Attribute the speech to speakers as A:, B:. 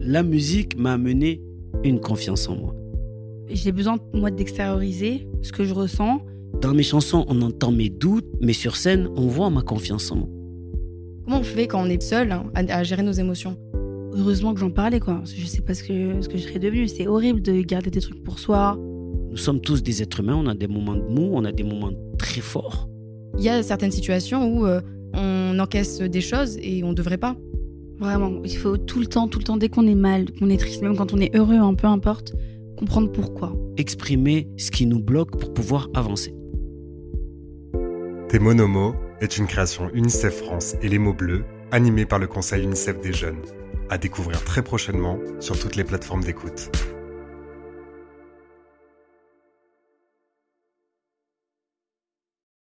A: la musique m'a amené une confiance en moi.
B: J'ai besoin, moi, d'extérioriser ce que je ressens.
A: Dans mes chansons, on entend mes doutes, mais sur scène, on voit ma confiance en moi.
C: Comment on fait quand on est seul hein, à, à gérer nos émotions
B: Heureusement que j'en parlais, quoi. Parce que Je sais pas ce que, ce que je serais devenue. C'est horrible de garder des trucs pour soi.
A: Nous sommes tous des êtres humains, on a des moments de mou, on a des moments très forts.
C: Il y a certaines situations où euh, on encaisse des choses et on devrait pas.
B: Vraiment, il faut tout le temps, tout le temps, dès qu'on est mal, qu'on est triste, même quand on est heureux, hein, peu importe, comprendre pourquoi.
A: Exprimer ce qui nous bloque pour pouvoir avancer.
D: Tes Monomo est une création UNICEF France et Les Mots Bleus, animée par le Conseil UNICEF des Jeunes. À découvrir très prochainement sur toutes les plateformes d'écoute.